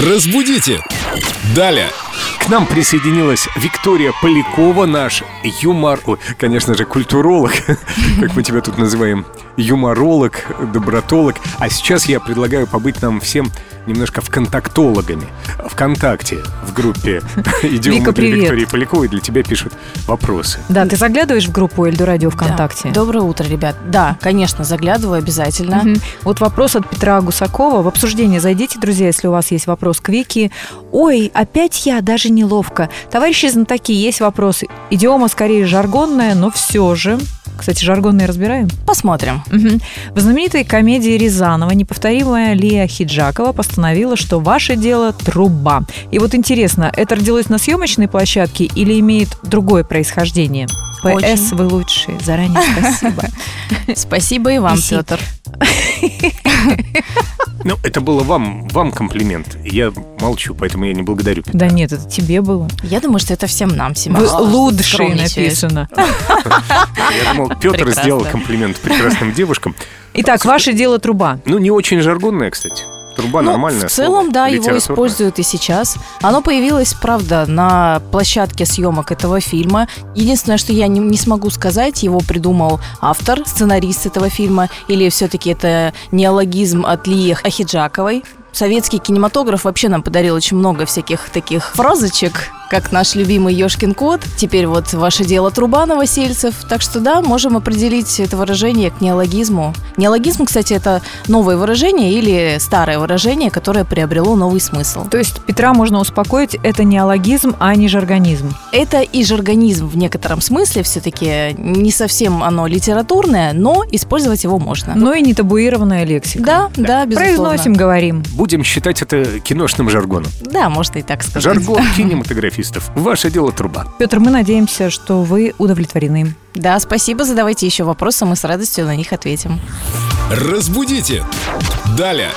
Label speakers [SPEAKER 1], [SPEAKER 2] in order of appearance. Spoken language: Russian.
[SPEAKER 1] Разбудите! Далее!
[SPEAKER 2] К нам присоединилась Виктория Полякова, наш юмор... ой, Конечно же, культуролог, как мы тебя тут называем. Юморолог, добротолог. А сейчас я предлагаю побыть нам всем немножко вконтактологами. Вконтакте, в группе «Идиома» для
[SPEAKER 3] Вика, привет.
[SPEAKER 2] Виктории Поляковой для тебя пишут вопросы.
[SPEAKER 3] Да, ты заглядываешь в группу Эльду Радио ВКонтакте?
[SPEAKER 4] Да. Доброе утро, ребят. Да, конечно, заглядываю обязательно.
[SPEAKER 3] Мгм. Вот вопрос от Петра Гусакова. В обсуждение зайдите, друзья, если у вас есть вопрос к Вики. Ой, опять я, даже неловко. Товарищи знатоки, есть вопросы. Идиома скорее жаргонная, но все же. Кстати, жаргонные разбираем?
[SPEAKER 4] Посмотрим.
[SPEAKER 3] Мгм. В знаменитой комедии Рязанова неповторимая Лия Хиджакова постановила, что ваше дело – труба. И вот интересно, это родилось на съемочной площадке или имеет другое происхождение?
[SPEAKER 4] Очень.
[SPEAKER 3] ПС, вы лучшие. Заранее спасибо.
[SPEAKER 4] Спасибо и вам,
[SPEAKER 3] Спасибо.
[SPEAKER 4] Петр.
[SPEAKER 2] Ну, это было вам, вам комплимент. Я молчу, поэтому я не благодарю.
[SPEAKER 3] Да нет, это тебе было.
[SPEAKER 4] Я думаю, что это всем нам, Сима.
[SPEAKER 3] Вы
[SPEAKER 4] Что ты
[SPEAKER 3] лучшие
[SPEAKER 4] скромничаешь?
[SPEAKER 3] написано.
[SPEAKER 2] Я думал, Петр
[SPEAKER 4] Прекрасно.
[SPEAKER 2] сделал комплимент прекрасным девушкам.
[SPEAKER 3] Итак, ваше дело труба.
[SPEAKER 2] Ну, не очень жаргонная, кстати. Труба
[SPEAKER 4] Ну,
[SPEAKER 2] нормальная.
[SPEAKER 4] в целом, да, его используют и сейчас. Оно появилось, правда, на площадке съемок этого фильма. Единственное, что я не, не смогу сказать, его придумал автор, сценарист этого фильма, или все-таки это неологизм от Лии Ахиджаковой. Советский кинематограф вообще нам подарил очень много всяких таких фразочек, как наш любимый Ёшкин кот. Теперь вот ваше дело труба новосельцев. Так что да, можем определить это выражение к неологизму. Неологизм, кстати, это новое выражение или старое выражение, которое приобрело новый смысл.
[SPEAKER 3] То есть Петра можно успокоить, это не алогизм, а не жаргонизм.
[SPEAKER 4] Это и жаргонизм в некотором смысле все-таки не совсем оно литературное, но использовать его можно.
[SPEAKER 3] Но и не табуированная лексика.
[SPEAKER 4] Да, да, безусловно.
[SPEAKER 3] Произносим, говорим.
[SPEAKER 2] Будем считать это киношным жаргоном.
[SPEAKER 4] Да, можно и так сказать.
[SPEAKER 2] Жаргон кинематографистов. Ваше дело труба.
[SPEAKER 3] Петр, мы надеемся, что вы удовлетворены.
[SPEAKER 4] Да, спасибо. Задавайте еще вопросы, мы с радостью на них ответим.
[SPEAKER 1] Разбудите! Далее!